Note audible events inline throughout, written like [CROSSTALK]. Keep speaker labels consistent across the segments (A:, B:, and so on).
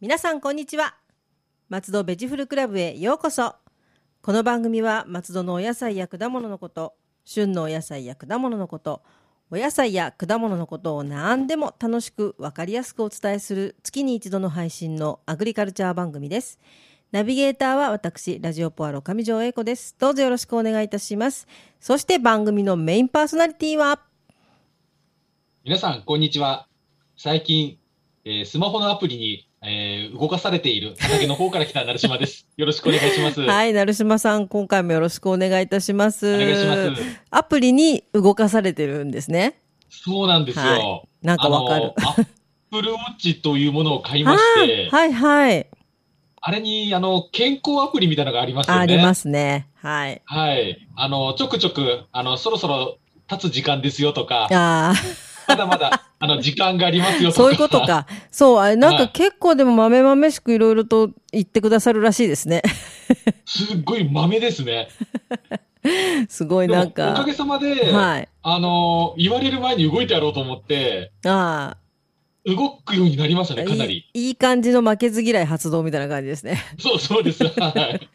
A: 皆さんこんにちは松戸ベジフルクラブへようこそこの番組は松戸のお野菜や果物のこと旬のお野菜や果物のことお野菜や果物のことを何でも楽しく分かりやすくお伝えする月に一度の配信のアグリカルチャー番組ですナビゲーターは私、ラジオポアロ上条英子です。どうぞよろしくお願いいたします。そして番組のメインパーソナリティは、
B: 皆さん、こんにちは。最近、えースマホのアプリに、えー動かされている畑の方から来た成島
A: [LAUGHS]
B: です。よろしくお願いします。
A: はい、成島さん、今回もよろしくお願いいたします。
B: お願いします。
A: アプリに動かされてるんですね。
B: そうなんですよ。
A: はなんかわかる。
B: あの、アップルウォッチというものを買いまして、
A: あはいはい。
B: あれに、あの、健康アプリみたいなのがありますよね。
A: ありますね。はい。
B: はい。あの、ちょくちょく、あの、そろそろ経つ時間ですよとか、
A: あ
B: まだまだ、あの、時間がありますよ
A: あ、
B: とか。
A: そういうこと。か。そう、あれなん
B: は
A: か
B: い
A: 結構でも豆々しくいろいろと言ってくださるらしいですね。
B: [LAUGHS]
A: [LAUGHS]
B: すっごい豆ですね。
A: すごい
B: でも
A: なん
B: お
A: か
B: か。げさまで、
A: はい。
B: あのー言われる前に動いてやろうと思って、
A: ああ。
B: 動くようになりましたね、かないり。
A: いいい感じの負けず嫌い発動みたいな感じですね。 [LAUGHS]
B: そう、そうです。はい。
A: い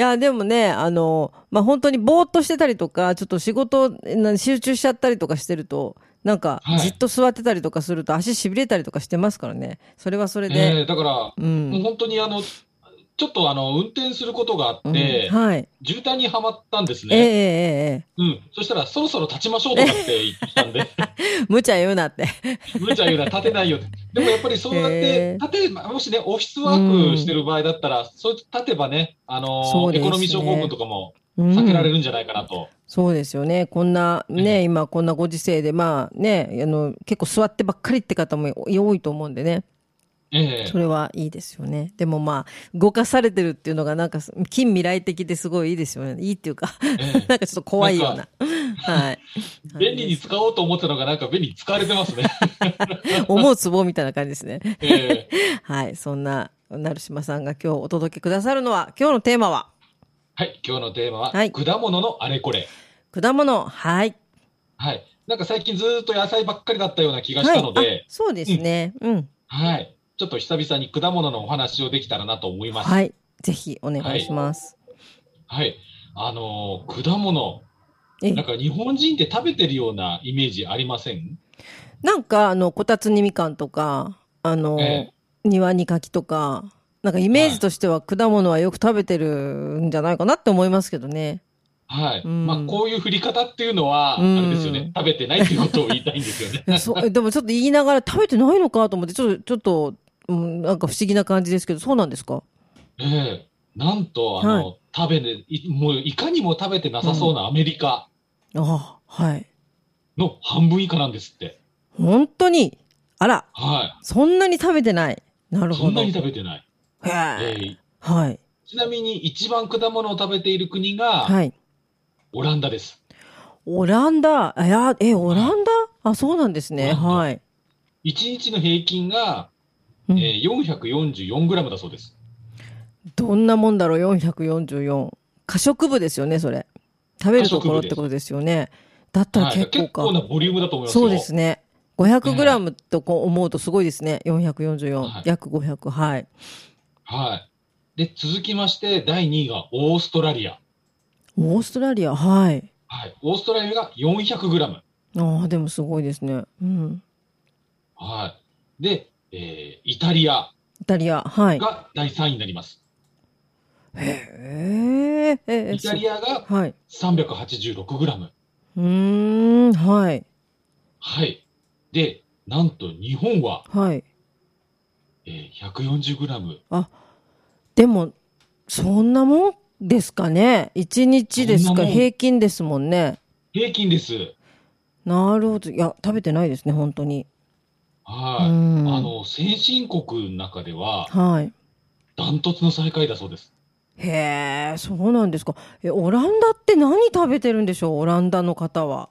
A: や、でもね、あの、まあ、本当にぼーっとしてたりとか、ちょっと仕事、な集中しちゃったりとかしてると、なんか
B: は、い
A: じっと座ってたりとかすると足痺れたりとかしてますからね。それはそれで。
B: えーだから、
A: う。
B: もうん本当にあの、ちょっとあの、運転することがあ
A: う
B: っ
A: ん
B: て、
A: はい。
B: 渋滞にはまったんです
A: えええ
B: ね。
A: ええ
B: うん。そしたら、そろそろ立ちましょうとかって言ってきたん
A: [LAUGHS]
B: で、
A: え無茶言うなって。
B: 無茶言うな、立てないよって。でもやっぱりそうやっ
A: え
B: て、立て、もしね、オフィスワークしてる場合だったら、そう立てばね、あのー
A: そうです
B: エ
A: ね
B: コノミー症候群とかも
A: うん
B: 避けられるんじゃないかなと。
A: そうですよね。こんな、ね、
B: う
A: 今こんなご時世で、まあね、あの、結構座ってばっかりって方も多いと思うんでね。
B: ええ
A: それはいいですよね。でもまあ、動かされてるっていうのがなんか、近未来的ですごいいいですよね。いいっていうか、
B: ええ
A: [LAUGHS] なんかちょっと怖いような。はい。
B: [LAUGHS] 便利に使おうと思ってたのが、なんか便利に使われてますね。
A: 思うツボみたいな感じですね。
B: ええ
A: はい。そんな、成島さんが今日お届けくださるのは、今日のテーマは、
B: はい、今日のテーマは、
A: はい
B: 果物のあれこれ。
A: 果物。はい。
B: はい。なんか最近ずーっと野菜ばっかりだったような気がし
A: は
B: た
A: い
B: の。
A: あ
B: で、
A: そうですね。うん。
B: はい。ちょっと久々に果物のお話をできたらなと思います。はい。
A: はい。ぜひお願いします。
B: あのー果物、
A: え
B: なんか日本人って食べてるようなイメージありません
A: なんか、あの、こたつにみかんとか、あの、
B: え
A: 庭に柿とか、なんかイメージとしては果物はよく食べてるんじゃないかなって思いますけど
B: [LAUGHS]
A: ね。
B: はい。
A: うん
B: まあ、こういう振り方っていうのは、あ
A: うん
B: れですよね。食べてないっていうことを言いたいんですよね。
A: [LAUGHS] いやそうでもちょっと言いながら食べてないのかと思って、ちょっと、ちょっと、うん、なんか不思議な感じですけど、そうなんですか
B: ええなんと、あの、
A: は
B: 食べね、いもういかにも食べてなさそうなアメリカ
A: ああ、はい。
B: の半分以下なんですって。
A: 本当に、あら、
B: は。
A: そんなに食べてない。ないる
B: そ
A: ほ
B: ん
A: ど。
B: なに食べてない。
A: へ
B: え
A: え
B: え
A: はい。
B: ちなみに一番果物を食べている国が
A: はい。
B: オランダです。
A: オランダ、あいや、え、オランダあ、そうなんですね。
B: オランダ
A: はい。
B: 1日の平均が、
A: うん
B: えー、444グラムだそうです。
A: どんなもんだろう、444。可食部ですよね、それ。食べるところってことですよね。だったら
B: はい、
A: 結構
B: 結
A: か。
B: 構なボリュームだと思いますよ。
A: そうですね。500グラムとこう思うとすごいですね。444、
B: はい
A: 約500。はい。
B: はい。で、続きまして、第2位がオーストラリア。
A: オーストラリア、はい。
B: はい。オーストラリアが400グラム。
A: ああ、でもすごいですね。うん。
B: はい。で、えー、イタリア
A: イタリア、はい。
B: が第3位になります。
A: へえ、え、え
B: イタリアが
A: そうはい。
B: 386グラム。
A: うーん、はい。
B: はい。で、なんと日本は、
A: はい。
B: えー、140グラム。
A: でも、そんなもんですかね。一日です
B: そんな
A: か、
B: もん
A: 平均ですもんね。
B: 平均です。
A: なるほど。いや、食べてないですね、本当に。
B: はい。
A: うん
B: あの、先進国の中では、
A: はい。
B: ダントツの最下位だそうです。
A: へえ、そうなんですか。え、オランダって何食べてるんでしょうオランダの方は。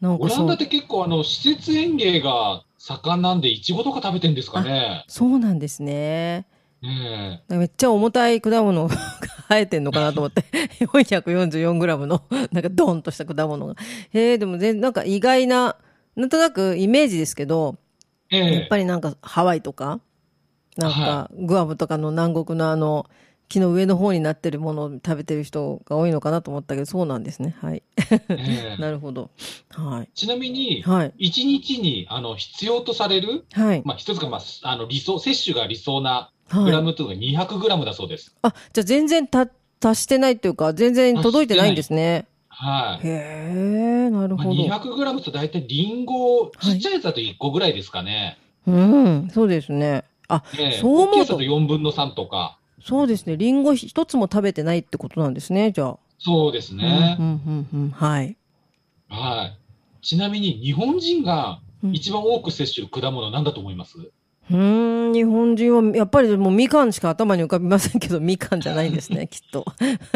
A: なん
B: オ
A: か
B: ラ
A: そ
B: ンダ
A: う
B: っ。て結構、あの、施設園芸が盛んなんで、イチゴとか食べてんですかね。
A: そうなんですね。
B: うん。
A: なんかめっちゃ重たい果物が [LAUGHS] 生えてんのかなと思って444グラムのなんかドンとした果物がへえでも全然なんか意外ななんとなくイメージですけど
B: え
A: やっ
B: え
A: ぱりなんかハワイとかなんかグアムとかの南国のあの木の上の方になってるものを食べてる人が多いのかなと思ったけどそうなんですねはい
B: ええ
A: なるほどはい
B: ちなみに、
A: はい
B: 一日に、あの、必要とされる、
A: はい
B: まあ、一つが、まあ、すあの、理想、摂取が理想なグラ
A: はい
B: ムというのが200グラムだそうです。
A: あじゃあ全然た足してないっていうか全然届いてないんですね
B: はい。
A: へえなる
B: まあ、
A: ほど
B: 200グラムと大体リンゴ、ちっちゃいやつだと1個ぐらいですかね。
A: うん、そうですね。あ、
B: ええ
A: そう思うと
B: 大きいやつだと4分の3とか。
A: そうですね。リンゴ一つも食べてないってことなんですね、じゃあ。
B: そうですね
A: う。ん、うん、うん、うんはい。
B: はい。ちなみに、日本人が
A: うん
B: 一番多く摂取る果物なんだと思
A: [LAUGHS]
B: います
A: うーん、日本人は、やっぱりもうみかんしか頭に浮かびませんけど、みかんじゃないんです
B: [LAUGHS]
A: ね、きっと。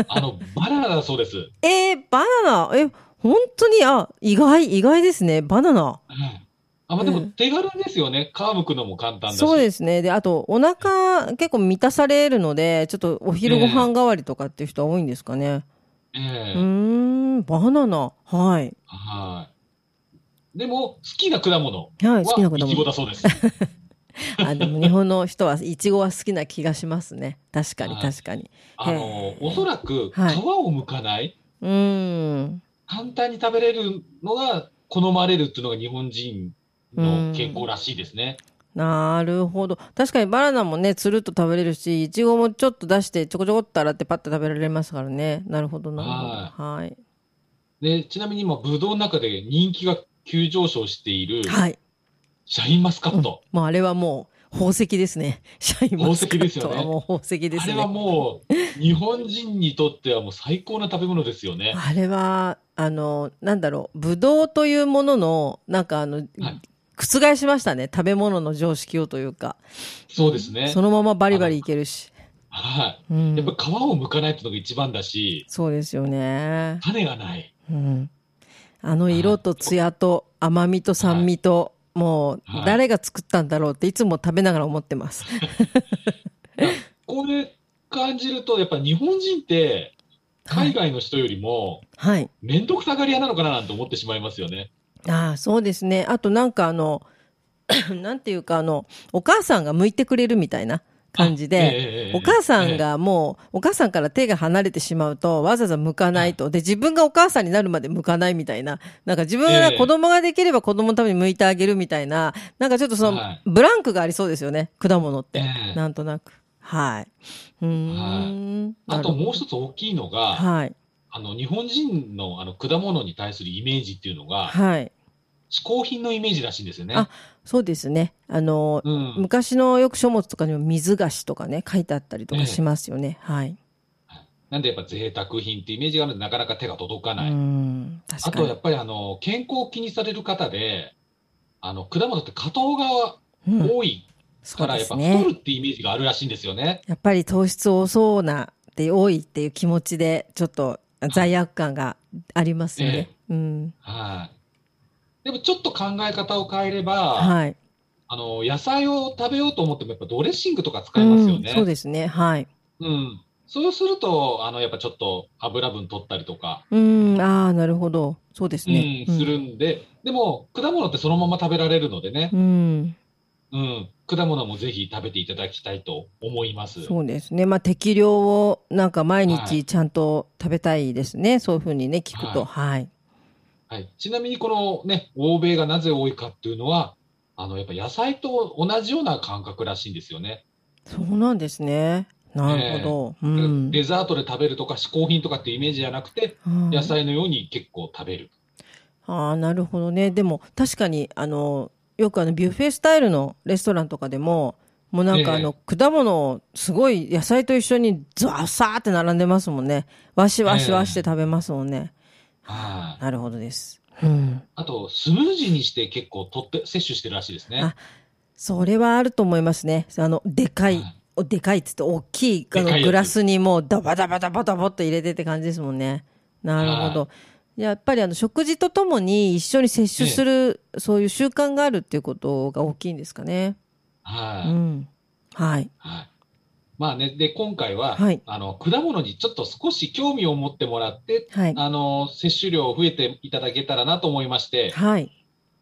B: あの、バナナだそうです。
A: えー、バナナ、え、本当に、あ、意外、意外ですね、バナナ。
B: はいあ、まあ、で
A: う
B: も
A: ん
B: 手軽ですよね。皮むくのも簡単だし。
A: そうですね。で、あと、お腹結構満たされるので、ちょっとお昼ご飯代わりとかっていう人は多いんですかね。
B: え
A: う
B: え
A: ーん、バナナ。はい。
B: はい。でも、好きな果物
A: はい、好きな
B: は
A: 子
B: イチ
A: 供
B: ゴ。だそ
A: [LAUGHS]
B: うです。
A: あでも日本の人はいちごは好きな気がしますね。確かに
B: はい
A: 確かに。
B: あの、おそらく皮
A: はい
B: を剥かない、
A: うーん。
B: 簡単に食べれるのが好まれるっていうのが日本人の健康らしいですね。
A: なるほど。確かにバナナもね、つるっと食べれるし、いちごもちょっと出してちょこちょこっと洗ってパッと食べられますからね。なるほどなるほど。はい。
B: で、ちなみに今、ブドウの中で人気が急上昇している、
A: はい。
B: シャインマスカット。
A: もうあれはもう宝石ですね。シャインマスカ
B: [LAUGHS] 宝石です
A: ット
B: よね
A: はもう宝石で
B: あ
A: す
B: れ
A: ね。
B: はもう、日本人にとってはもう最高な食べ物ですよね。
A: あれは、あの、なんだろう、ぶどうというものの、なんかあの、
B: はい
A: 覆しましたね。食べ物の常識をというか、
B: そうですね
A: そ。のままバリバリいけるし。
B: はい。
A: うん
B: やっぱ皮を剥かないっていうのが一番だし、
A: そうですよね。
B: 種がない。
A: うん。あの色と艶と甘みと酸味と、もう
B: はい
A: 誰が作ったんだろうっていつも食べながら思ってます。
B: これ感じると、やっぱ日本人って、
A: は
B: 海
A: い。
B: 外の人よりも、
A: はい。
B: 面倒くさがり屋なのかななんて思ってしまいますよね。
A: ああ、そうですね。あとなんかあの、 [COUGHS] なんていうかあの、お母さんが向いてくれるみたいな感じ
B: ええ
A: で、
B: ええええ
A: お母さんがもう、お母さんから手が離れてしまうと、わざわざ向かないと。で、自分がお母さんになるまで向かないみたいな。なんか自分が
B: ええ
A: 子供ができれば子供のために向いてあげるみたいな。なんかちょっとその
B: はい、
A: ブランクがありそうですよね。果物って
B: え。え
A: なんとなく。はい。うーん。
B: あともう一
A: つ。
B: つ大きいのが、
A: はい。
B: あの日本人のあの果物に対するイメージっていうのが、
A: はい。
B: 嗜好品のイメージらしいんですよね。
A: あそうですね。あの、
B: うん、
A: 昔のよく書物とかにも水菓子とかね、書いてあったりとかしますよね。はい。
B: なんでやっぱ贅沢品ってイメージがあるので、なかなか手が届か
A: う
B: ない。
A: ん。
B: あ
A: 確か
B: とや
A: に。
B: っぱりあの健康を気にされる方で、あの果物って果糖が
A: うん。
B: 多い
A: そ
B: か
A: う
B: ら、
A: で
B: やっ
A: す
B: ぱ
A: ね
B: 太。るってイメージがあるらしいんですよね。
A: やっぱり糖質多そうなで多いっていう気持ちでちょっと罪悪感がありますよね。うん。
B: はい。でもちょっと考え方を変えれば、
A: はい。
B: あの野菜を食べようと思ってもやっぱドレッシングとか使
A: う
B: いますよ
A: ん、
B: ね。
A: そうですね。はい。
B: うん。そうすると、あの、やっぱちょっと油分取ったりとか、
A: うん。ああ、なるほど。そうです
B: うん、
A: ね。
B: するんで、でも、果物ってそのまま食べられるのでね
A: う、ん。
B: うん、果物もぜひ食べていただきたいと思います。
A: そうですね。まあ適量をなんか毎
B: は
A: 日
B: い
A: ちゃんと食べたいですね。そういうふうにね、聞くと。はい。
B: はい。ちなみに、このね、欧米がなぜ多いかっていうのは、あの、やっぱ野菜と同じような感覚らしいんですよね。
A: そうなんですね。なるほど。うん。
B: デザートで食べるとか、嗜好品とかってイメージじゃなくて、
A: はい
B: 野菜のように結構食べる。
A: ああ、なるほどね。でも、確かに、あの、よくあの、ビュッフェスタイルのレストランとかでも、もうなんか
B: ええ
A: あの、果物をすごい野菜と一緒にザサーって並んでますもんね。わしわしわして食べますもんね。
B: はい。
A: なるほどです。うん。
B: あと、スムージーにして結構取って、摂取してるらしいですね。
A: あそれはあると思いますね。あの、でかい
B: はい、
A: おでかいっつって大きい、あ
B: で
A: の、
B: かいやつ
A: グラスにもうダバダバダバダバっと入れてって感じですもんね。なるほど。やっぱりあの、食事とともに一緒に摂取する、そういう習慣があるっていうことが大きいんですかね。
B: は
A: う
B: い。
A: ん。はい。
B: はい。まあね、で、今回は、
A: はい
B: あの、果物にちょっと少し興味を持ってもらって、
A: はい。
B: あの、摂取量を増えていただけたらなと思いまして、
A: はい。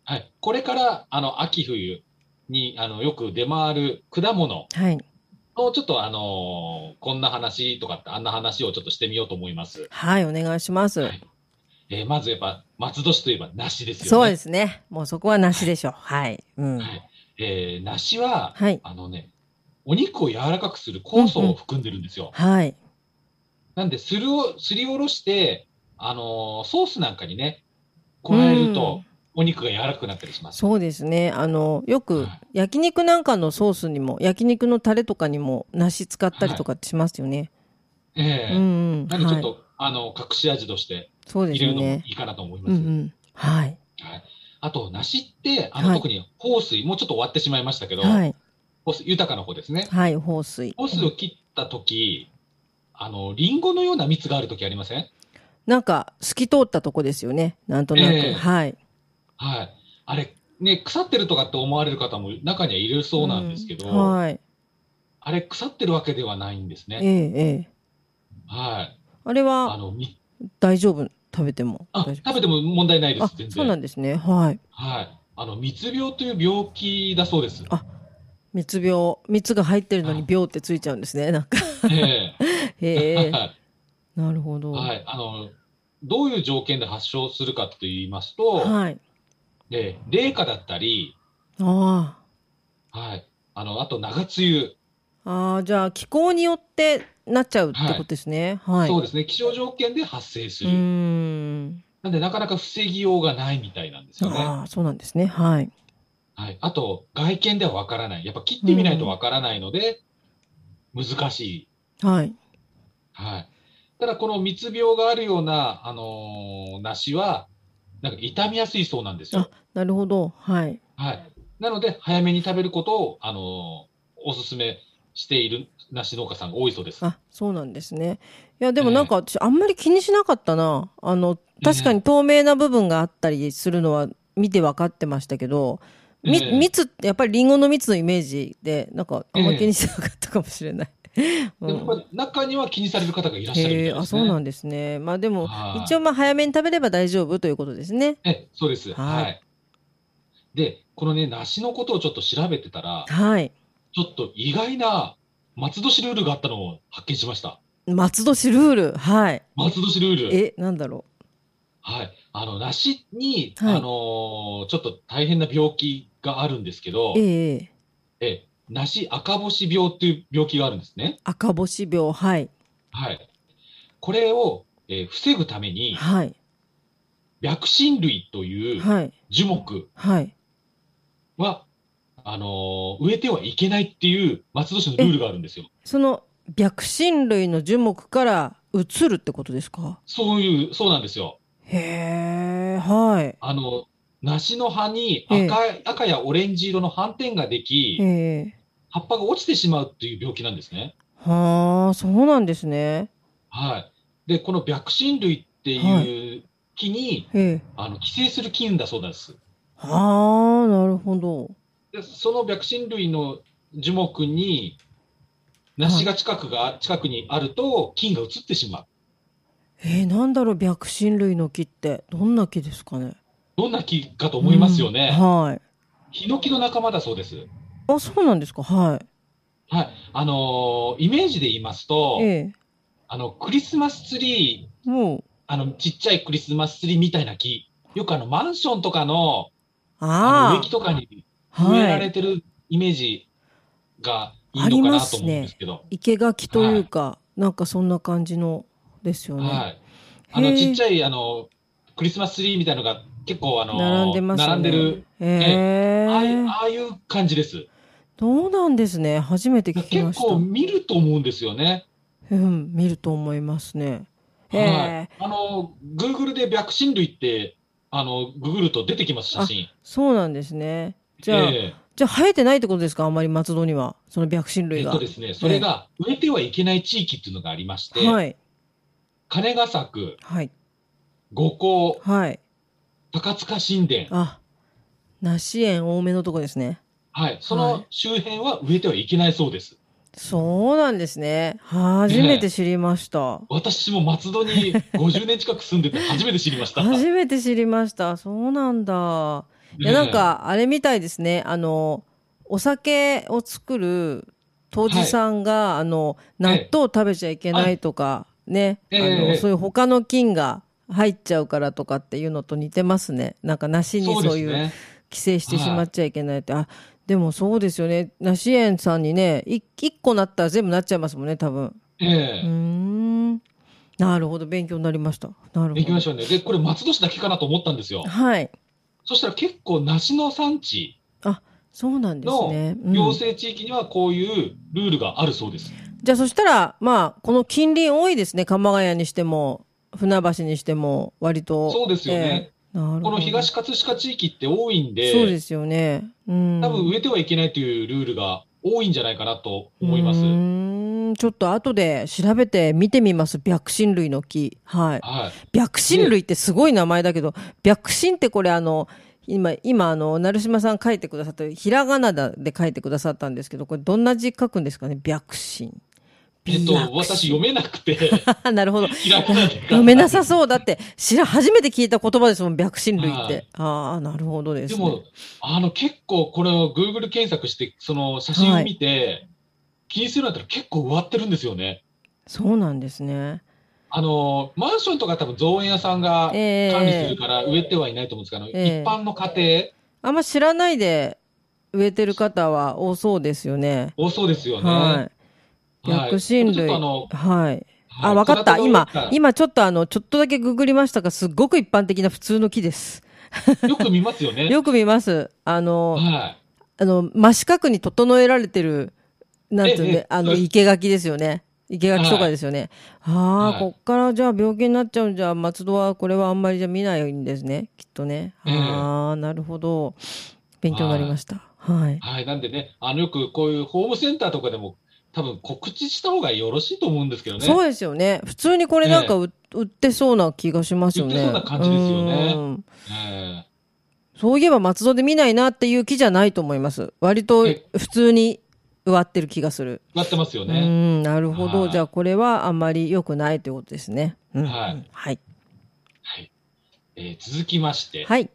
B: はい。これから、あの、秋冬に、あの、よく出回る果物
A: はい。
B: の、ちょっとあのこんな話とかって、あんな話をちょっとしてみようと思います。
A: はい。お願いします。
B: はいえーまずやっぱ、松戸市といえば梨ですよね。
A: そうですね。もうそこはなしでしょう。はい。うん。
B: はい。えー梨は、
A: はい。
B: あのね、お肉を柔らかくする酵素を含んでるんですよ。
A: はい。
B: なんで、すりお、すりおろして、あのーソースなんかにね、加えると、お肉が柔らかくなったりします。
A: そうですね。あの、よく
B: はい
A: 焼肉なんかのソースにも、焼肉のタレとかにも、梨使ったりとかってしますよね。
B: ええ
A: うん、うん。
B: なんで、ちょっ
A: はい、
B: と、あの、隠し味として
A: そうで
B: 入
A: す
B: れるのも
A: ね。
B: いいかなと思いま
A: うん
B: す。
A: うん。はい。
B: はい、あと、梨って、あの、
A: はい
B: 特に、豊水、もうちょっと終わってしまいましたけど、
A: はい。
B: 豊水豊かな方ですね。
A: はい。放水。
B: 豊水を切った時あの、リンゴのような蜜がある時ありません
A: なんか、透き通ったとこですよね。なんとなく。
B: ええ
A: はい。
B: はい。あれ、ね、腐ってるとかって思われる方も中にはいるそうなんですけど、
A: うんはい。
B: あれ、腐ってるわけではないんです
A: え
B: ね。
A: えええ。
B: はい。
A: あれ
B: あ
A: は
B: の、み、
A: 大丈夫。食べても。
B: あ、
A: 大
B: 食
A: 丈夫
B: べても問題ないで
A: あ
B: す、全、
A: そう
B: 然。
A: なんですね。はい。
B: はい。あの、密病という病気だそ
A: [LAUGHS]
B: うです。
A: 蜜病。蜜が入ってるのに病ってついちゃうんですね。なんか。
B: ええ
A: へえ。
B: [LAUGHS] は
A: なるほ
B: い。
A: ど。。
B: はいい。あの、どういう条件で発症するかと言いますと、
A: はい。
B: えー冷夏だったり、
A: あ
B: はい。あの、あと長梅雨。
A: あ。ああ、じゃあ気候によってなっちゃうってことですね。はい。
B: そう
A: う
B: ですね。気象条件で発生す
A: ー
B: る。
A: ん。
B: なんで、なかなか防ぎようがないみたいなんですよね。
A: ああ、そうなんですね。はい。
B: はい。あと、外見ではわからない。やっぱ切ってみないとわからないので、難しい。
A: はい。
B: はい。ただ、この密病があるような、あのー梨は、なんか傷みやすいそうなんですよ。
A: なるほど。はい。
B: はい。なので、早めに食べることを、あのーおすすめしている梨農家さんが多いそうです。
A: あ、そうなんですね。いや、でもなんか私、あんまり気にしなかったな。あの、確かに透明な部分があったりするのは見て分かってましたけど、み、
B: ええ
A: 蜜ってやっぱりリンゴの蜜のイメージで、なんかあんまり気にしてなかったかもしれない。
B: でも、やっぱ
A: うん
B: り中には気にされる方がいらっしゃるみ
A: へ
B: た
A: え、
B: いで
A: あ、
B: す
A: そ
B: ね。
A: うなんですね。まあでも、
B: はい
A: 一応まあ早めに食べれば大丈夫ということですね。
B: え、そうです。
A: はい
B: はい。で、このね、梨のことをちょっと調べてたら、
A: はい。
B: ちょっと意外な松戸市ルールがあったのを発見しました。
A: 松戸市ルール。はい。
B: 松戸市ルール。
A: え、なんだろ
B: はい。あの、梨に、
A: はい
B: あのーちょっと大変な病気があるんですけど
A: う。、ええ
B: え、梨赤星病っていう病気があるんですね。
A: 赤星病。はい。
B: はい。これを、えー防ぐために、
A: はい。
B: 白針類という
A: はい。
B: 樹木
A: はい。
B: は、あのー植えてはいけないっていう松戸市のルールがあるんですよ。
A: その、白身類の樹木から移るってことですか
B: そういう、そうなんですよ。
A: へえ、はい。
B: あの、梨の葉に赤い、赤やオレンジ色の斑点ができ
A: え、え
B: 葉っぱが落ちてしまうっていう病気なんですね。
A: はあ、そうなんですね。
B: はい。で、この白針類っていう木に、
A: ええ
B: あの寄生する菌だそうなんです。
A: はあ、なるほど。
B: で、その白針類の樹木に、梨が近くが、近くにあると、菌が移ってしまう。
A: えー、なんだろう、白身類の木って、どんな木ですかね。
B: どんな木かと思いますよね。
A: うんはい。
B: ヒノキの仲間だそうです。
A: あ、そうなんですか。は
B: はい。あのーイメージで言いますと
A: い。、え
B: あの、クリスマスツリー、
A: えもう。
B: あの、ちっちゃいクリスマスツリーみたいな木。よくあの、マンションとかの、あの
A: あ
B: 植木とかに
A: あ、
B: 植えら
A: は
B: れ
A: い。
B: てるイメージがい
A: あ
B: い
A: り
B: のか
A: ま
B: な
A: すね
B: と思うんですけど。
A: 生垣というか、なんかそんな感じのですよね。
B: はい。あ
A: へ
B: の、
A: ー
B: ちっちゃい、あの、クリスマスツリーみたいなのが結構、あの、
A: 並んでますよね。
B: 並んでる。
A: え
B: ああい
A: え
B: う、ああいう感じです。
A: どうなんですね。初めて聞きま
B: 結
A: した
B: 構。見ると思うんですよね。
A: うん、見ると思いますね。へ
B: は
A: え、
B: い。あの、Google で白針類って、あの、ググると出てきます、写真。
A: そうなんですね。じゃあ、
B: え
A: じゃあ生えてないってことですかあんまり松戸には。その白身
B: え
A: 類
B: えっ
A: が。
B: とですね、それが植えてはいけない地域っていうのがありまして、
A: はい。
B: 金ヶ作、
A: はい。
B: 五甲、
A: はい。
B: 高塚神殿、
A: あ、梨園多めのとこですね。
B: はい、そ
A: はい
B: の周辺は植えてはいけないそうです。
A: そうなんですね。初めて知りました。
B: 私も松戸に50年近く住んでて初めて知りまし
A: [LAUGHS]
B: た。
A: 初めて知りました。そうなんだ。いや、
B: ねえ
A: なん、か、あれみたいですね。あの、お酒を作る杜氏さんが、あの、納
B: ええ
A: 豆を食べちゃいけないとか、ね、あ
B: えええ
A: の、
B: え
A: そういう他の菌が入っちゃうからとかっていうのと似てますね。なんか、梨に
B: そうで
A: そう
B: す
A: いう
B: ね。
A: 規制してしまっちゃいけないって。あ、でもそうですよね。梨園さんにね、い一個なったら全部なっちゃいますもんね、多分。
B: え
A: うー
B: え
A: ん。なるほど。勉強になりました。なるほど。
B: 行きましょうね。で、これ松戸市だけかなと思ったんですよ。
A: はい。
B: そしたら結構梨の産地、
A: そうなんですね。うん
B: 行政地域にはこういうルールがあるそうです。
A: じゃあそしたら、まあ、この近隣多いですね。鎌ヶ谷にしても、船橋にしても、割と。
B: そうですよね。
A: ええ。なるほど。
B: この東葛飾地域って多いんで、
A: そうですよね。うん。
B: 多分植えてはいけないというルールが多いんじゃないかなと思います
A: う。ーんちょっと後で調べて見てみます。白神類の木。はい。
B: はい。
A: 白神類ってすごい名前だけど、白神ってこれあの、今、今あの、成島さん書いてくださった、ひらがなで書いてくださったんですけど、これどんな字書くんですかね白神。
B: えっと、
A: 白
B: 私
A: 神
B: 読めなくて、
A: [LAUGHS] あなるほど。
B: ひらがなで
A: 読めなさそう。だって、知ら、初めて聞いた言葉ですもん、白神類っ
B: は
A: て
B: い。
A: ああ、なるほどです、
B: で
A: ね。
B: も、あの、結構これを Google 検索して、その写真を見て、気にするようになったら結構植わってるんですよね。
A: そうなんですね。
B: あの、マンションとか多分造園屋さんが管
A: え
B: 理す
A: え
B: るから植えてはいないと思うんですけど、あの
A: ええ
B: 一般の家
A: あんま知らないで植えてる方は多そうですよね。
B: 庭、多そうですよね。
A: はい。
B: はい
A: 薬神
B: ちょ
A: 類。
B: っとあの、
A: はい。あ、
B: はい
A: わかった。
B: 戸建て
A: 今
B: の家、
A: 今ちょっとあの、ちょっとだけググりましたが、すっごく一般的な普通の木です。
B: よく見ますよね。
A: よく見ます。あの、
B: はい。
A: あの、真四角に整えられてる、なんていう
B: え
A: ね
B: え、
A: あの、
B: そう
A: 生垣ですよね。生垣とかですよね。ああ、
B: はい
A: こっからじゃあ病気になっちゃうんじゃ、松戸はこれはあんまりじゃ見ないんですね。きっとね。
B: ええ
A: ああ、なるほど。勉強になりました。はい。
B: はい。なんでね、あの、よくこういうホームセンターとかでも、多分告知した方がよろしいと思うんですけどね。
A: そうですよね。普通にこれなんか売売ってそうな気がしますよね。
B: 売ってそうな感じですよね
A: うん
B: え
A: そういえば松戸で見ないなっていう木じゃないと思います。割と
B: え
A: 普通に植わってる気がする。
B: え植わってますよ
A: う
B: ね。
A: ん、なるほど。
B: はい
A: じゃあこれはあんまり良くないということですね。うん
B: はい。
A: はい。
B: はい。えー続きまして、
A: はい。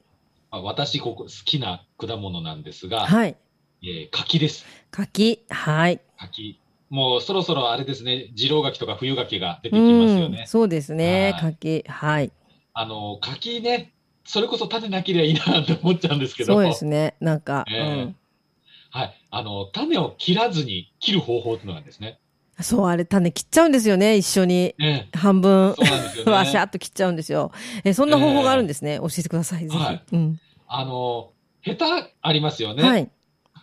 B: まあ私ここ好きな果物なんですが、
A: はい。
B: えー柿です。
A: 柿。はい。
B: 柿。もうそろそろあれですね、次郎柿とか冬柿が出て
A: う
B: きますよ
A: ん
B: ね。。
A: そうですね
B: は。い
A: 柿。はい。
B: あの、柿ね、それこそ種なければいいなって思っちゃうんですけど、
A: そうですね。なんか、う
B: ええ
A: ん。
B: はい。あの、種を切らずに切る方法っていうのがあるんですね。
A: そう、あれ種切っちゃうんですよね。一緒に。
B: ええ
A: 半分
B: そう、なんですよ
A: [LAUGHS]
B: ね。
A: わしゃっと切っちゃうんですよ。え、そんな方法があるんですね。教えてください。ぜ
B: は
A: ひ
B: い。
A: うん。
B: あの、ヘタありますよね。
A: はい。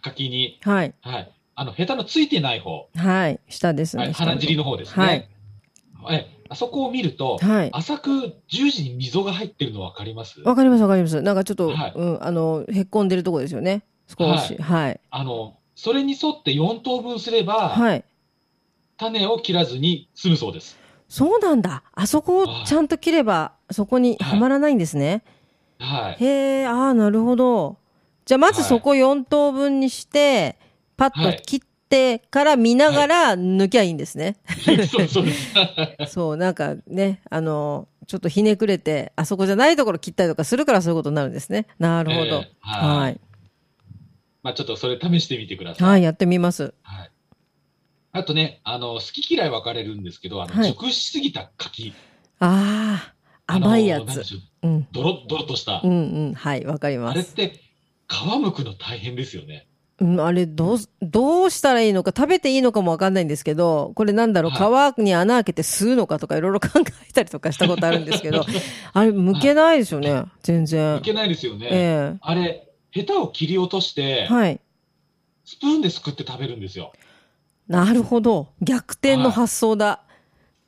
B: 柿に。
A: はい。
B: はい。あの、ヘタのついてない方。
A: はい。下です
B: はい、
A: ね。
B: 鼻尻の方ですね。はい。あそこを見ると、
A: はい。
B: 浅く十字に溝が入ってるの分かります
A: わかりますわかります。なんかちょっと、
B: はい
A: うん、あの、へっこんでるとこですよね。少し。はい。
B: あの、それに沿って4等分すれば、
A: はい。
B: 種を切らずに済むそうです。
A: そうなんだ。あそこを
B: はい
A: ちゃんと切れば、そこに
B: はい
A: はまらないんですね。 [LAUGHS]
B: はい。
A: へえ、ああ、なるほど。じゃあまず
B: はい
A: そこ4等分にして、パッ
B: は
A: と
B: い
A: 切ってから見ながら抜きゃいいんです
B: [LAUGHS]
A: ね。
B: そうそうです。
A: そう、なんかね、あの、ちょっとひねくれて、あそこじゃないところ切ったりとかするからそういうことになるんですね。なるほど。
B: ええはい。
A: はい。
B: まあちょっとそれ試してみてください。。
A: はいい、やってみます。
B: あとね、あの、好き嫌い分かれるんですけど、あの、
A: はい
B: 熟しすぎた柿。
A: ああ、甘いや
B: あのなんで
A: つ。
B: しょう
A: うん。
B: ドロッドロッとした。
A: うんうん、はい、わかり
B: あ
A: ま
B: れっ
A: す。
B: て、皮むくの大変ですよね。
A: うん、あれ、どうす、どうしたらいいのか、食べていいのかもわかんないんですけど、これなんだろう、皮に穴開けて吸うのかとか、いろいろ考えたりとかしたことあるんですけ
B: [LAUGHS]
A: ど、あれ、剥けないですよね、全然
B: い。けないですよね。
A: え
B: あれ、ヘタを切り落として
A: え、はい。
B: スプーンですくって食べるんですよ。
A: なるほど。逆転の発想だ。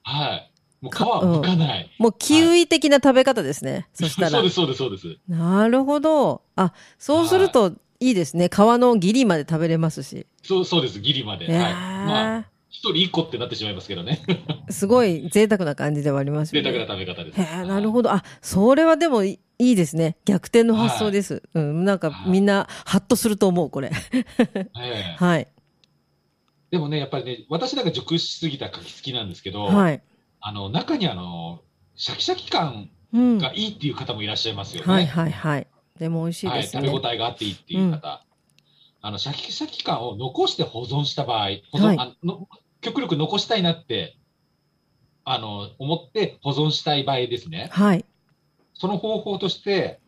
B: はい。もう皮
A: か
B: はむかない。
A: もう、キウイ的な食べ方ですね、そした
B: [LAUGHS] そう
A: ら
B: で。す、そうです、そうです。
A: なるほど。あ、そうすると、いいですね。皮のギリまで食べれますし。
B: そうそうです、ギリまで。
A: え
B: はい。
A: え
B: まあ、一人一個ってなってしまいますけ
A: [LAUGHS]
B: どね。
A: すごい贅沢な感じではあります
B: 贅
A: よね。
B: 沢な食べ方です。
A: へえ、なるほど。あ、それはでもいいいですね。逆転の発想です。うん、なんか
B: はい
A: みんなハッとすると思う、これ。
B: ど。ええ
A: はい。
B: でもね、やっぱりね、私なんか熟しすぎた柿好きなんですけど、
A: はい。
B: あの、中にあの、シャキシャキ感
A: うん。
B: がいいっていう方もいらっしゃいますよね。
A: はいはいはい。でも美味しい
B: は
A: で
B: い、
A: す
B: 食べ
A: ね
B: 応。えがあっていいっていう方、あのシャキシャキ感を残して保存した場合、保存
A: はい
B: あの極力残したいなってあの思って保存したい場合ですね、
A: はい。
B: その方法として、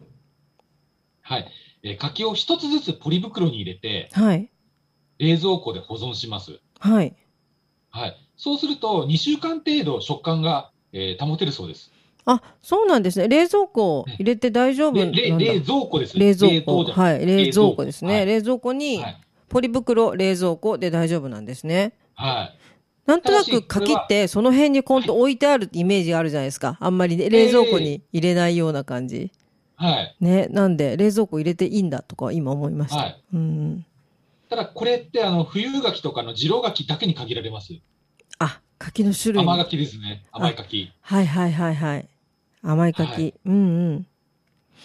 B: はいえー柿を一つずつポリ袋に入れて、
A: はい。
B: 冷蔵庫で保存します。
A: はい。
B: はい、そうすると、2週間程度食感が、えー保てるそうです。
A: あ、そうなんですね。冷蔵庫入れて大丈夫な
B: で
A: んだ。
B: れ冷蔵庫です。
A: 冷蔵庫。
B: 凍じゃな
A: はい。冷蔵庫です
B: は
A: ね。
B: い
A: 冷蔵庫
B: い
A: に
B: はい
A: ポリ袋、冷蔵庫で大丈夫なんですね。
B: はい
A: なんとな
B: ただ
A: く
B: しこれ
A: 柿
B: は
A: ってその辺にコンと置いてあるイメージがあるじゃないですか。あんまりね冷蔵庫に入れないような感じ。
B: はい
A: ね。なんで冷蔵庫入れていいんだとか今思いました。
B: はい
A: うん。
B: ただこれってあの冬柿とかの次郎柿だけに限られます。
A: あ、柿の種類。
B: 甘
A: はい
B: 柿ですね。甘い柿。
A: はいはいはい。甘い柿。
B: はい
A: うんうん。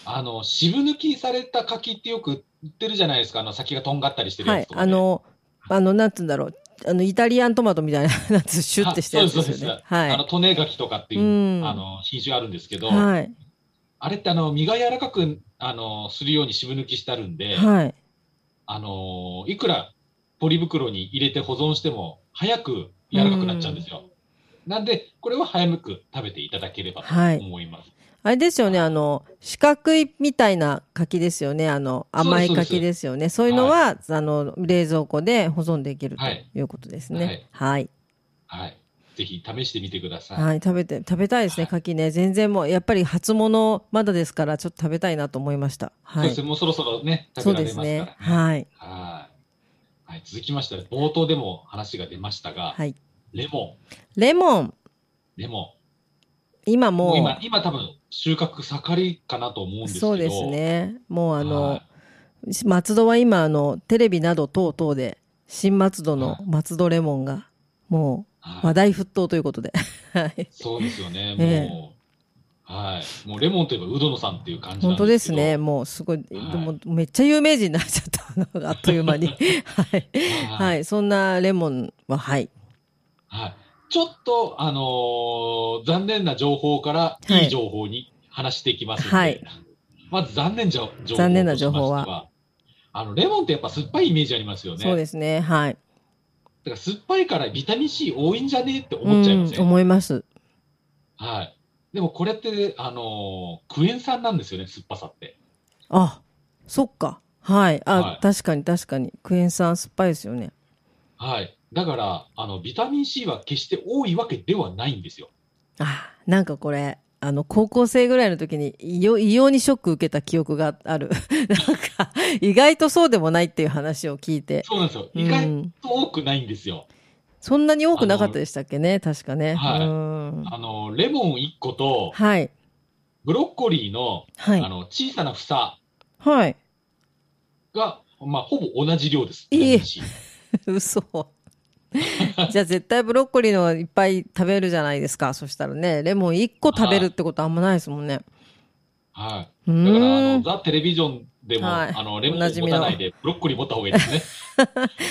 B: あの渋抜きされた柿ってよく売ってるじゃないですか。あの先がとんがったりしてる
A: は
B: や
A: い
B: つ。とか、
A: あ
B: ね
A: の、あの、なんつうんだろう。あの、イタリアントマトみたいな、なんつう、シュッてしてるやつですよ
B: あそ
A: ね
B: うで。あの
A: は
B: トネ柿とかって
A: い。
B: いうう、
A: ん。
B: あの品種あるんですけど、
A: はい。
B: あれってあの身が柔らかくあのするように渋抜きしてあるんで、
A: はい。
B: あのいくらポリ袋に入れて保存しても早く柔らかくなっちゃうんですよ。なんでこれは早く食べていただければと
A: はい
B: 思います。
A: あれですよね、あの、四角いみたいな柿ですよね。あの、甘い柿ですよね。そういうのは、あの、冷蔵庫で保存できると
B: はい
A: いうことですね。はい。
B: はい。ぜひ試してみてください。
A: はい。食べて、食べたいですね、
B: はい
A: 柿ね。全然もう、やっぱり初物まだですから、ちょっと食べたいなと思いました。
B: そう
A: は
B: です
A: い。
B: ね、もうそろそろね、
A: そ
B: 食
A: う
B: べら
A: で
B: れますすから、
A: ね。はい。
B: はい。はい、続きまして、冒頭でも話が出ましたが、
A: はい。
B: レモ
A: レモン。
B: ン、レモ
A: 今
B: ン。
A: も
B: も
A: う
B: う今、今多分収穫盛りかなと思うんですけど。
A: そうですね。もう
B: はい。
A: あの、松戸は今、あの、テレビなど等々で、新松戸の
B: はい
A: 松戸レモンが、も
B: は
A: う
B: い
A: 話題沸騰ということで。 [LAUGHS] はい。
B: そうですよね、も
A: え
B: う、はい。もうレモンといえば、うどのさんっていう感じなん
A: 本
B: ですけど。
A: 当ですね。。もうすごい、でもめっちゃ有名人になっちゃった [LAUGHS] のあっという間に。はい。
B: は。
A: はいい。そんなレモンは、はい。
B: はい。ちょっと、あのー残念な情報から、
A: はい
B: いい情報に話していきますので、
A: はい
B: まず残念じゃ情報としましては
A: 残念な情報は。
B: あの、レモンってやっぱ酸っぱいイメージありますよね。
A: そうですね。はい。
B: だから酸っぱいからビタミン C 多いんじゃねえって
A: う
B: 思っちゃいま
A: ん
B: せ、ん、
A: 思います。
B: はい。でもこれって、あのークエン酸なんですよね、酸っぱさって。
A: あ、そっか。はい。あ、
B: はい
A: 確かに確かに。クエン酸酸っぱいですよね。
B: はい。だから、あの、ビタミン C は決して多いわけではないんですよ。
A: あーなんかこれあの高校生ぐらいの時に異様異様にショック受けた記憶がある [LAUGHS] なんか意外とそうでもないっていう話を聞いて
B: そうなんですよ。
A: うん
B: 意外と多くないんですよ。
A: そんなに多くなかったでしたっけね確かね
B: はいう
A: ーん
B: あの、レモン1個と、
A: はい
B: ブロッコリーの、
A: は
B: あ
A: い
B: の、小さな房
A: はい [LAUGHS]
B: が、まあ、ほぼ同じ量です。
A: ええ
B: ビタミン C
A: 嘘 [LAUGHS] じゃあ絶対ブロッコリーの方がいっぱい食べるじゃないですかそしたらねレモン1個食べるってことあんまないですもんね
B: はい。
A: う
B: だから、あ
A: ー
B: の、
A: ん
B: ザ・テレビジョンでも、
A: はい
B: あの、レモ
A: お
B: ンを
A: なじみ
B: 持
A: の
B: たないで、ブロッコリー持った方がいいですね。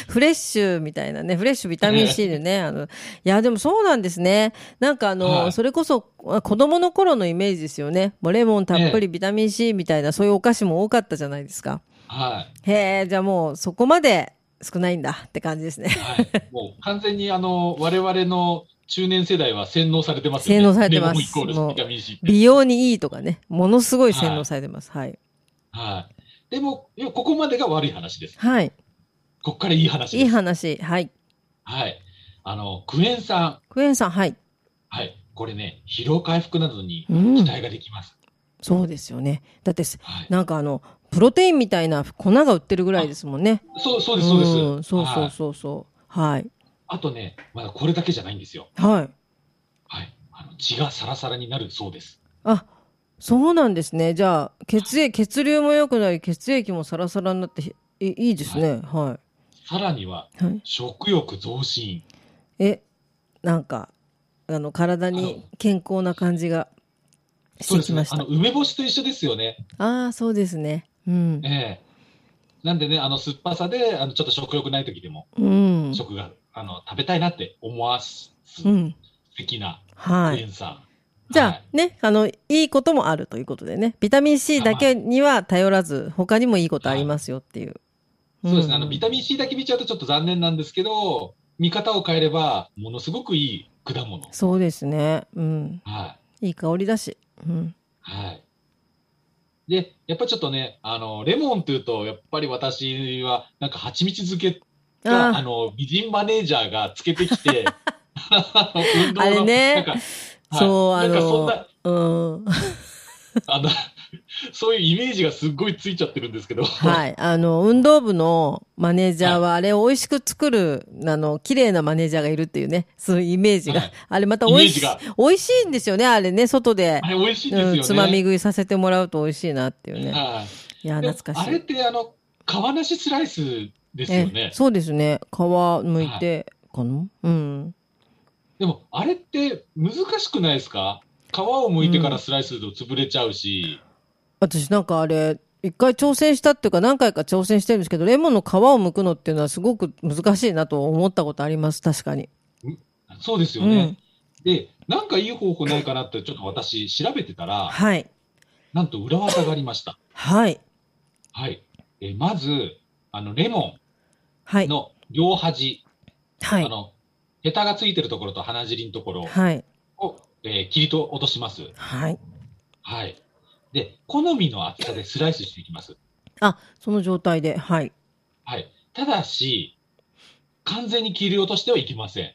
A: フレッシュみたいなね、フレッシュビタミン C で
B: [LAUGHS]
A: ね、あの、いや、でもそうなんですね。なんかあの、
B: はい
A: それこそあ子供の頃のイメージですよね。もうレモンたっぷりビタミン C みたいな、そういうお菓子も多かったじゃないですか。
B: はい。
A: へえ、じゃあもうそこまで少ないんだって感じです
B: [LAUGHS]
A: ね。
B: はい、
A: [LAUGHS]
B: もう完全にあの我々の中年世代は洗脳されてますよね。
A: 洗脳されてます
B: レモンイコール
A: もう
B: ビタミン C って
A: 美容にいいとかね、ものすごい洗脳されてます。はい。
B: はい。でも、いやここまでが悪い話です。
A: はい。
B: ここからいい話
A: い
B: で
A: い
B: す。
A: 話。はい。
B: はい。あの、クエン酸。
A: クエン酸、はい。
B: はい。これね、疲労回復などに
A: うん
B: 期。待ができます。
A: そうですよね。だって、
B: はい。
A: なんかあの、プロテインみたいな粉が売ってるぐらいですもんね。
B: そう、そうです、そうです。
A: んそうそ
B: は
A: う
B: い
A: そうそう。はい。
B: あとね、まだこれだけじゃないんですよ。
A: はい。
B: はい。あの血がサラサラになるそうです。
A: あ、そうなんですね。じゃあ、血液、血流も良くなり、血液もサラサラになって、いいいですね。は。
B: さらにはい
A: はい。
B: 食欲増進。
A: え、なんか、あの、体に健康な感じがし
B: そう
A: て
B: で
A: き
B: すね
A: ま。した
B: あの。梅干しと一緒ですよね。
A: ああ、そうですね。うん。
B: ええなんでね、あの酸っぱさで、あのちょっと食欲ない時でも
A: うん。
B: 食があの、食べたいなって思わす
A: う
B: 素
A: ん。
B: 敵な
A: は
B: クエ
A: い。
B: ン酸。
A: じゃあ、
B: はい
A: ね、あの、いいこともあるということでね。ビタミン C だけには頼らず、他にもいいことありますよっていう。
B: そうですね、あの
A: ん
B: ビタミン C だけ見ちゃうとちょっと残念なんですけど、見方を変えれば、ものすごくいい果物。
A: そうですね。うん。
B: はい
A: い香りだし。うん。
B: はい。で、やっぱちょっとね、あの、レモンというと、やっぱり私は、なんか蜂蜜漬けが、あ
A: あ
B: の、美人マネージャーがつけてきて、 [LAUGHS] あの運動
A: [LAUGHS]
B: の
A: あれね
B: なんか、はい
A: あ、そう、あ
B: なんかそ
A: の
B: んな、、 [LAUGHS]
A: うん。
B: あの、 [LAUGHS] そういうイメージがすっごいついちゃってるんですけど、
A: はい。あの、運動部のマネージャーは、あれを美味しく作る、あの、綺麗なマネージャーがいるっていうね、そういうイメージが。
B: はい
A: あれまた
B: イ
A: 美
B: メー
A: 味し
B: ジ
A: い
B: が、
A: 美味しいんですよね、あれね、外で
B: [LAUGHS] あ。れ美味しいん
A: うん、
B: です
A: つ
B: よね。
A: まみ食いさせてもらうと美味しいなっていうね。
B: はい
A: いや、
B: でも
A: 懐かし
B: あれっ
A: い。
B: て、あの、皮なしスライスですよね。
A: そうですね。皮むいて、かなうん。
B: でも、あれって難しくないですか皮を剥いてからスライスすると潰れちゃうし、
A: 私なんかあれ、一回挑戦したっていうか何回か挑戦してるんですけど、レモンの皮を剥くのっていうのはすごく難しいなと思ったことあります、確かに。
B: そうですよね。で、なんかいい方法ないかなって、ちょっと私、調べてた
A: うん。[LAUGHS]
B: ら、
A: はい。
B: なんと裏技がありました。
A: はい。
B: はい。えまず、あの、レモ
A: はい
B: ン。の両端、
A: は
B: あ
A: い。
B: の、ヘタがついてるところと鼻尻のところ
A: はい。
B: を、えー切りと落とします。
A: はい。
B: はい。で、好みの厚さでスライスしていきます。
A: あ、その状態で。はい。
B: はい。ただし、完全に切り落としてはいけません。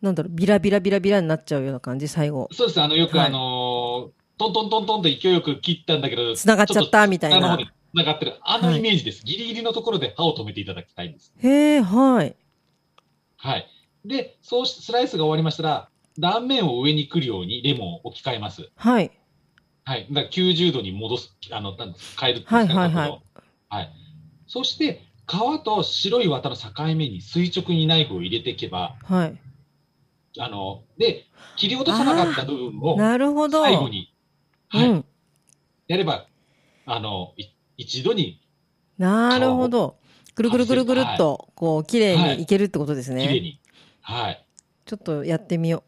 A: なんだろう、ビラビラビラビラになっちゃうような感じ、最後。
B: そうです。あの、よく
A: はい
B: あのートントントントンと勢いよく切ったんだけど、
A: 繋がっちゃったみたい
B: あの
A: な
B: 方。に繋がってる。あの
A: はい
B: イメージです。ギリギリのところで刃を止めていただきたいんです。
A: へえ、はい。
B: はい。で、そうし、スライスが終わりましたら、断面を上に来るようにレモンを置き換えます。
A: はい。
B: はい。だから90度に戻す、あの、なんです変えるっていうんですか
A: はいはいはい
B: 角度をはい。そして、皮と白い綿の境目に垂直にナイフを入れていけば、
A: はい。
B: あの、で、切り落とさなかった部分を
A: なるほど。
B: 最後に、
A: う
B: はい、
A: ん。
B: やれば、あの、い一度に
A: なるほど。ぐるぐるぐるぐるっと、こう、綺麗にいけるってことです
B: 綺麗
A: ね。
B: に、はい、
A: ちょっとやってみよ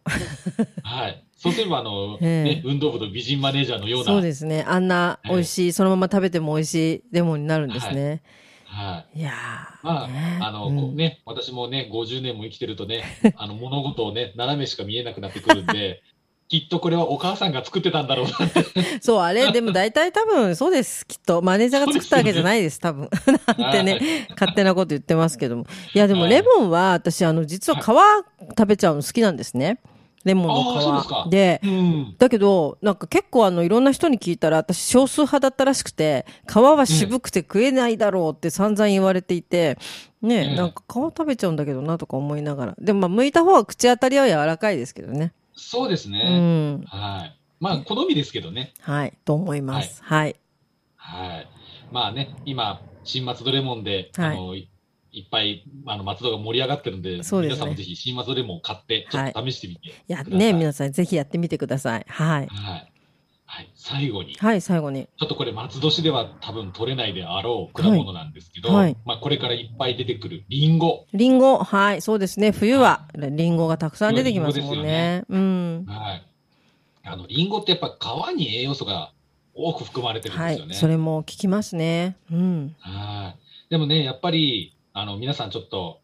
B: はい。そうすれば、あの、
A: [LAUGHS] ええ
B: ね、運動部の美人マネージャーのよ
A: う。
B: う
A: そう
B: な、
A: ですね。あんな美味しい、そのまま食べても美味しいレモンになるんですね。
B: はい。
A: いや
B: ま
A: ー。ね
B: あ、あの、
A: うん
B: こうね、私もね、50年も生きてるとね、 [LAUGHS] あの、物事をね、斜めしか見えなくなってくる
A: [LAUGHS]
B: んで、きっとこれはお母さんが作ってたんだろうなって。
A: そう、あ
B: [LAUGHS]
A: れ、でも大体多分、そうです。きっと。マネージャーが作ったわけじゃないです、多分。なんて
B: はい
A: ね、 [LAUGHS] 勝手なこと言ってますけども。いや、でも
B: はい
A: レモンは、私、あの、実は皮食べちゃうの好きなんですね。レモン
B: あーそうで
A: の
B: すか
A: 皮。で、
B: うん。
A: だけど、なんか結構あの、いろんな人に聞いたら、私少数派だったらしくて、皮は渋くて食えないだろうって散々言われていて、ね
B: ええ
A: なんか皮食べちゃうんだけどなとか思いながら。でもまあ、剥いた方は口当たりは柔らかいですけどね。
B: そうです
A: う
B: ね。
A: ん。
B: はい。まあ、好みですけどね。
A: はい、と思います。はい。
B: はい。まあね、今、新松戸レモンで、
A: はい
B: あの、いいっぱい、あの、松戸が盛り上がってるんで、
A: そうですね
B: 皆さんもぜひ新松戸レモンを買って、ちょっと試してみて
A: いや、
B: くださ
A: ね、
B: い。
A: 皆さんぜひやってみてください。はい。
B: はい。はい。最後に、ち
A: はい、最後に。
B: ょっとこれ松戸市では多分取れないであろう果物なんですけど、
A: はいはい
B: まあこれからいっぱい出てくるリンゴ。
A: リンゴ、はい、そうですね。冬は、リンゴがたくさん出てきますも
B: そ
A: ん
B: う
A: ね
B: で。
A: うん。
B: はい。あの、リンゴってやっぱ皮に栄養素が多く含まれてるん
A: は
B: ですよ
A: い、
B: ね。
A: それも聞きますね。うん。
B: はい。でもね、やっぱり、あの、皆さんちょっと、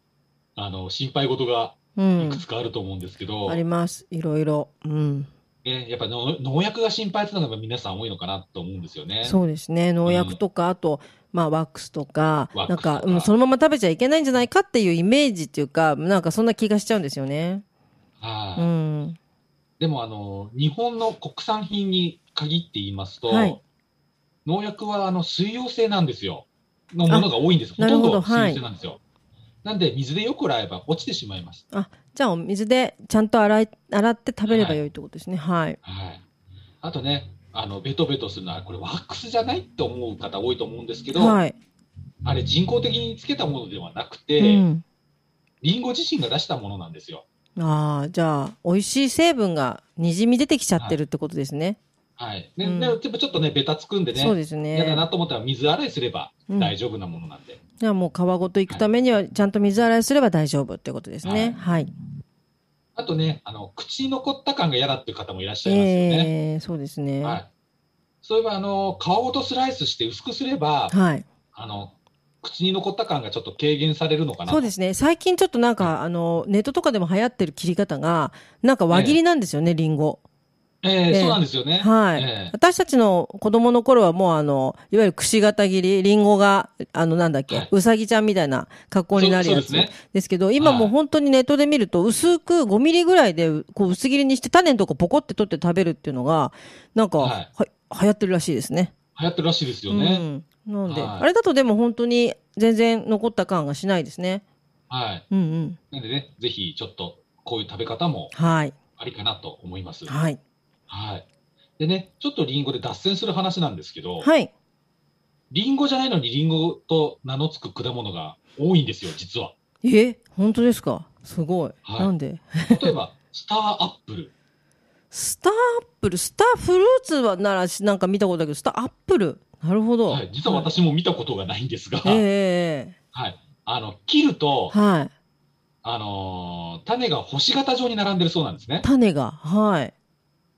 B: あの、心配事が
A: う
B: いく
A: ん。
B: つかあると思うんですけど、
A: あります。いろいろ。うん。
B: ね、やっぱの農薬が心配っていうのが皆さん多いのかなと思うんですよね。
A: そうですね。農薬とか、あと、まあ、ワックスとか、
B: ワ
A: な
B: ッ
A: ん
B: クスとか
A: か、うん、そのまま食べちゃいけないんじゃないかっていうイメージっていうか、なんかそんな気がしちゃうんですよね。
B: はい
A: うん。
B: でもあの日本の国産品に限って言いますと、
A: はい
B: 農薬はあの水溶性なんですよ。のものが多いんです。ほ
A: な
B: と
A: る
B: ん
A: ほど
B: ど水溶性なんですよ。なんで水でよく洗えば落ちてしまいます。
A: じゃあ、お水でちゃんと洗い、洗って食べればよいってことですね。はい。
B: はい。あとね、あのベトベトするのはこれワックスじゃないって思う方多いと思うんですけど、
A: はい。
B: あれ人工的につけたものではなくて、
A: うん。
B: リンゴ自身が出したものなんですよ。
A: ああ、じゃあ、美味しい成分がにじみ出てきちゃってるってことですね。
B: はい。ね、
A: うん
B: でやっぱちょっとね、ベタつくんでね、
A: そうです
B: 嫌だな
A: ね。
B: と思ったら水洗いすれば
A: うん
B: 大丈夫なものなんで。
A: じゃあもう皮ごと行くためには、ちゃんと水洗いすれば大丈夫ってことですね。はい。
B: あとね、あの、口に残った感が嫌だっていう方もいらっしゃいますよね。
A: ええ、そうですね。
B: は。
A: はい
B: そういえば、あの、皮ごとスライスして薄くすれば、
A: い。
B: あの、口に残った感がちょっと軽減されるのかな
A: そうですね。最近ちょっとなんか、あの、ネットとかでも流行ってる切り方が、なんか輪切りなんですよね、リンゴ。
B: ええ
A: ええ
B: そうなんですよね。
A: はい、
B: ええ
A: 私たちの子供の頃はもうあの、いわゆるくし形切り、リンゴが、あの、なんだっけ、
B: はいう
A: さぎちゃんみたいな格好になるや
B: そ
A: つ
B: うそうですね
A: ですけど、今
B: はい
A: もう本当にネットで見ると、薄く5ミリぐらいで、こう、薄切りにして種のとこポコって取って食べるっていうのが、なんか、は
B: はい
A: 流行ってるらしいですね。
B: 流行ってるらしいですよね。
A: うん。なんで、
B: はい
A: あれだとでも本当に全然残った感がしないですね。
B: はい。
A: うんうん。
B: なんでね、ぜひちょっとこういう食べ方も
A: はい。
B: ありかなと思います。は
A: はい。
B: い。でね、ちょっとリンゴで脱線する話なんですけど、
A: はい。
B: リンゴじゃないのにリンゴと名の付く果物が多いんですよ、
A: [LAUGHS]
B: 実は。
A: え本当ですかすごい。
B: はい
A: なんで
B: 例えば、スターアップル。
A: スターアップル、スターフルーツはならしなんか見たことだけど、スターアップル。なるほど。
B: はい。実は私も見たことがないんですが、
A: えええ
B: はい。あの、切ると
A: え、はい。
B: あのー種が星形状に並んでるそうなんですね。
A: 種が、はい。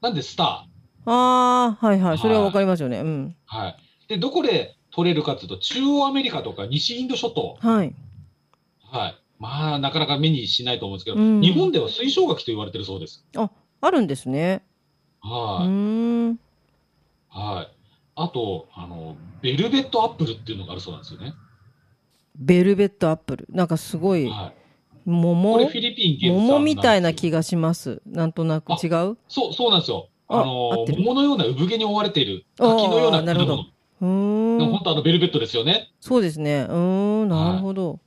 B: なんでスタ
A: ああ、はいは。
B: はいい
A: それはわかりますよね。うん。
B: ー。はい。で、どこで取れるかというと、中央アメリカとか西インド諸島。
A: はい。
B: はい。まあ、なかなか目にしないと思うんですけど、
A: うん
B: 日本では水晶柿と言われてるそうです。
A: あるんですね。う
B: はい。
A: ーん。
B: はい。あと、あの、ベルベットアップルっていうのがあるそうなんですよね。
A: ベルベットアップル。なんかすごい、
B: はい。こ
A: 桃
B: れフィリピン原産
A: 桃みたいなん
B: ですよ
A: 気がします。なんとなく違う
B: そう、そうなんですよ。あ
A: あ合っ
B: の
A: て、る
B: 桃のような産毛に覆われている、柿のような
A: あーな
B: 果
A: るほど
B: 物。
A: う
B: でも
A: ーん。
B: 本当あの、ベルベットですよね。
A: そうですね。うーん。なるほど。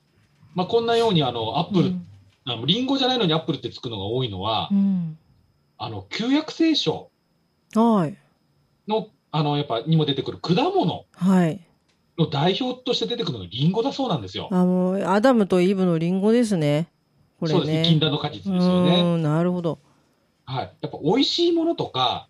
B: まあ、こんなように、あの、アップ
A: う
B: ル、
A: ん
B: あのリンゴじゃないのにアップルってつくのが多いのは、
A: うん。
B: あの、旧約聖書
A: はい。
B: の、あの、やっぱ、にも出てくる果物
A: はい。
B: の代表として出てくるのがリンゴだそうなんですよ。
A: あもうアダムとイブのリンゴですね。これね。
B: そうですね。禁断の果実です
A: う
B: よね。
A: ーん、なるほど。
B: はい。やっぱ美味しいものとか、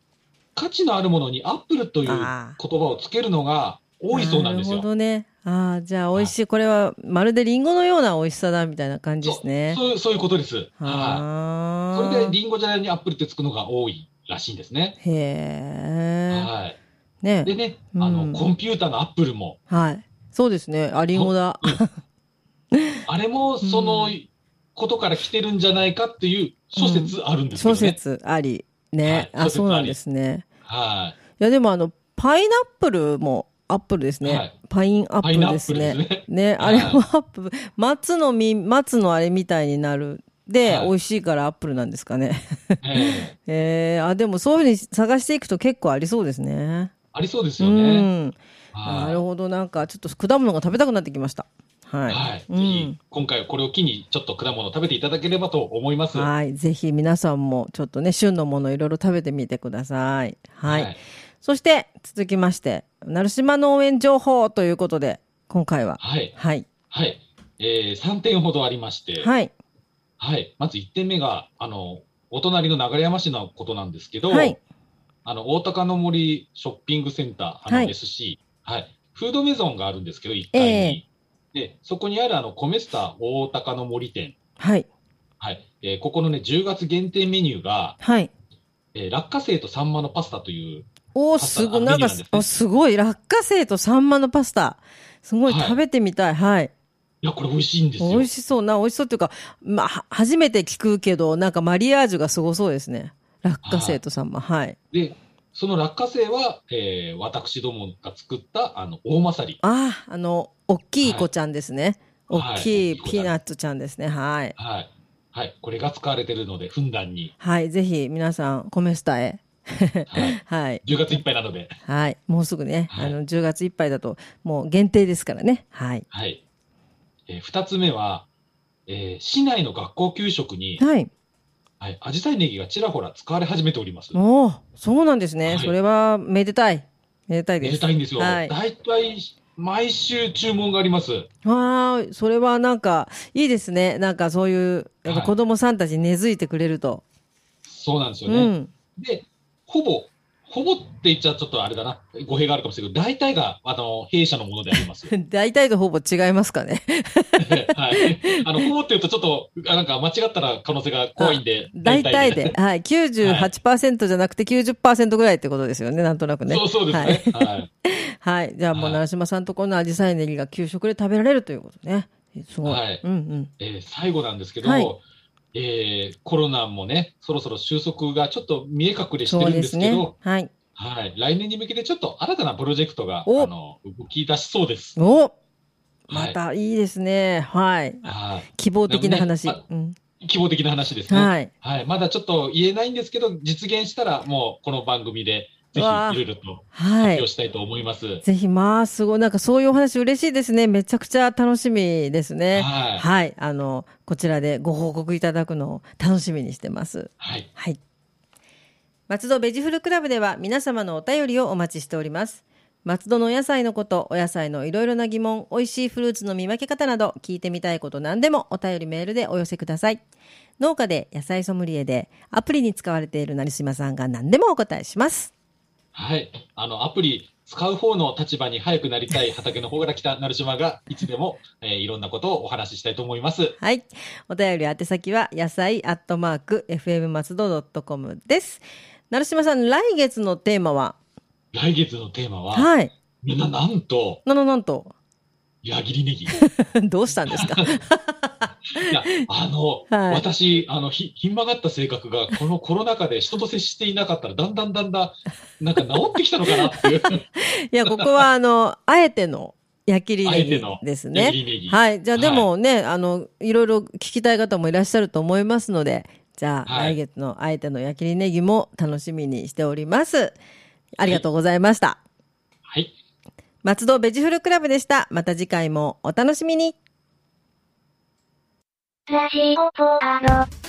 B: 価値のあるものにアップルという言
A: あ
B: 葉をつけるのが多いそうなんです
A: なる
B: よ。
A: ほどね。ああ、じゃあ美味しい。これはまるでリンゴのような美味しさだみたいな感じですね。
B: そうそういうそういうことです。
A: あ
B: はい。
A: あ。
B: それでリンゴじゃないのにアップルってつくのが多いらしいんですね。
A: へえ。
B: はい。
A: ね
B: で。ね、あ
A: う
B: の、
A: ん
B: コンピューターのアップルも、
A: はい。そうですね。あ、リンゴだ。
B: あれもそうのことから来てるんじゃないかっていう諸説あるんです
A: 諸
B: けどね。
A: 説あり。ね。
B: はい
A: あ、
B: 諸説
A: そうな
B: あ
A: ん
B: り
A: ですね。
B: はい
A: や、でもあの、パイナップルもアップルですね。
B: はい
A: パインアッ
B: い。
A: プ
B: パイナ
A: ルで
B: ッ
A: す
B: プルです
A: ね。
B: ね。
A: ね、あ
B: はい
A: れもアップ、松の実、松のあれみたいになる。で、
B: はい
A: 美味しいからアップルなんですかね。 [LAUGHS]
B: ええ
A: えー、あ、でもそういうふうに探していくと結構ありそうですね。
B: ありそうです
A: う
B: よね。
A: ん。
B: はい
A: なるほど。なんか、ちょっと果物が食べたくなってきました。はい。
B: はい、
A: う
B: ぜひ
A: ん。
B: 今回はこれを機にちょっと果物を食べていただければと思います。
A: はい。ぜひ皆さんもちょっとね、旬のものいろいろ食べてみてください。はい。
B: はい
A: そして、続きまして、鳴島農園情報ということで、今回は。
B: はい、
A: はい。
B: はいえー、3点ほどありまして、はい
A: はい。
B: まず1点目があのお隣の流山市のことなんですけど、
A: はい
B: あの大高の森ショッピングセンターあの
A: はい
B: SC、はい、フードメゾンがあるんですけど1階に、でそこにあるあのコメスタ大高の森店、
A: はい。
B: はいえーここの、ね、10月限定メニューが、
A: はい。
B: えー落花生とサンマのパスタという
A: おー、
B: パスタ
A: すごい、
B: あ
A: なんか
B: メニューなんですね
A: おすごい、落花生とサンマのパスタ。すごい、
B: はい
A: 食べてみたい。はい。
B: いやこれ美味しいんですよ。
A: 美味しそうな、美味しそうっていうか、まあ、は初めて聞くけど、なんかマリアージュがすごそうですね。落花生とサンマ。はい。
B: で、その落花生は、えー私どもが作った、あの、大まさり。
A: ああ、あの、大きい子ちゃんですね。
B: はい
A: 大きい
B: はい
A: ピーナッツちゃんですね。はい。
B: はい。はい。これが使われてるので、ふんだんに。
A: はい。ぜひ、皆さん、コメスタへ。
B: [LAUGHS] はい。
A: [LAUGHS] はい。
B: 10月いっぱいなので、
A: はい。もうすぐね、
B: はい
A: あの、10月いっぱいだと、もう限定ですからね。はい。
B: はい。えー二つ目は、えー市内の学校給食に、
A: はい。
B: はい、アジサイネギがちらほら使われ始めております。
A: おお、そうなんですね。
B: はい
A: それは、めでたい。めでたい
B: め
A: で。
B: ですたいんですよ。
A: はい
B: 大体、毎週注文があります。
A: わあ、それはなんか、いいですね。なんかそういう、やっぱ
B: はい
A: 子供さんたちに根付いてくれると。
B: そうなんですよ
A: う
B: ね。
A: ん。
B: で、ほぼ、ほぼって言っちゃちょっとあれだな、語弊があるかもしれないけど、大体が、あの、弊社のものでありますよ。
A: [LAUGHS] 大体とほぼ違いますか
B: [LAUGHS]
A: ね。
B: はい。あの、ほぼって言うとちょっと、あなんか間違ったら可能性が怖いんで、
A: 大体
B: ね
A: で。。はい。98%じゃなくて90%ぐらいってことですよね。なんとなくね。
B: そうそうですね。はい。
A: はい。じゃあもう、
B: はい
A: 長島さんとこのアジサイネギが給食で食べられるということね。すごい。
B: はい
A: うんうん。
B: えー最後なんですけど、
A: はい
B: えーコロナもね、そろそろ収束がちょっと見え隠れして
A: そう
B: るん
A: で
B: ですすけ
A: ね
B: ど、。
A: はい。
B: はい。来年に向けてちょっと新たなプロジェクトが、あ
A: お
B: の、動き出しそうです。
A: お
B: は
A: ま
B: い。
A: たいいですね。はい。
B: は
A: 希望的な話。
B: でもね
A: うん
B: い。希望的な話ですね。はい。
A: はい。
B: まだちょっと言えないんですけど、実現したらもうこの番組で、ぜひい
A: わあ
B: ろいろと発
A: は
B: 表
A: い。
B: したいと思います。はい。
A: ぜひ、まあ、すごい。なんかそういうお話嬉しいですね。めちゃくちゃ楽しみですね。
B: はい。
A: はい。あの、こちらでご報告いただくのを楽しみにしてます。はい。松戸ベジフルクラブでは皆様のお便りをお待ちしております。松戸のお野菜のこと、お野菜のいろいろな疑問、美味しいフルーツの見分け方など、聞いてみたいこと何でもお便りメールでお寄せください。農家で野菜ソムリエで、アプリに使われている成島さんが何でもお答えします。
B: はい。あの、アプリ、使う方の立場に早くなりたい畑の方から来た成島が、いつでも、えーいろんなことをお話ししたいと思います。
A: はい。お便り宛先は、野菜アットマーク、FM 松戸 .com です。成島さん、来月のテーマは
B: 来月のテーマは、
A: はい。
B: みんななんと、
A: なのなんと、 [LAUGHS]
B: 矢切りネギ。い
A: どうしたんですか [LAUGHS]
B: や、あの、
A: はい
B: 私、あの、ひ、ひん曲がった性格が、このコロナ禍で人と接していなかったら、だんだんだんだん、なんか治ってきたのかなっ
A: [LAUGHS]
B: ていう、
A: いや、ここは、あの、あえての、焼きりネギです
B: 矢
A: ね。
B: 切りネギ。
A: はい。じゃあ、でもね、あの、いろいろ聞きたい方もいらっしゃると思いますので、じゃあ、
B: はい
A: 来月のあえての焼きりネギも楽しみにしております。ありがとうございました。
B: はい。
A: 松戸ベジフルクラブでした。また次回もお楽しみに。
C: ラジオポアド。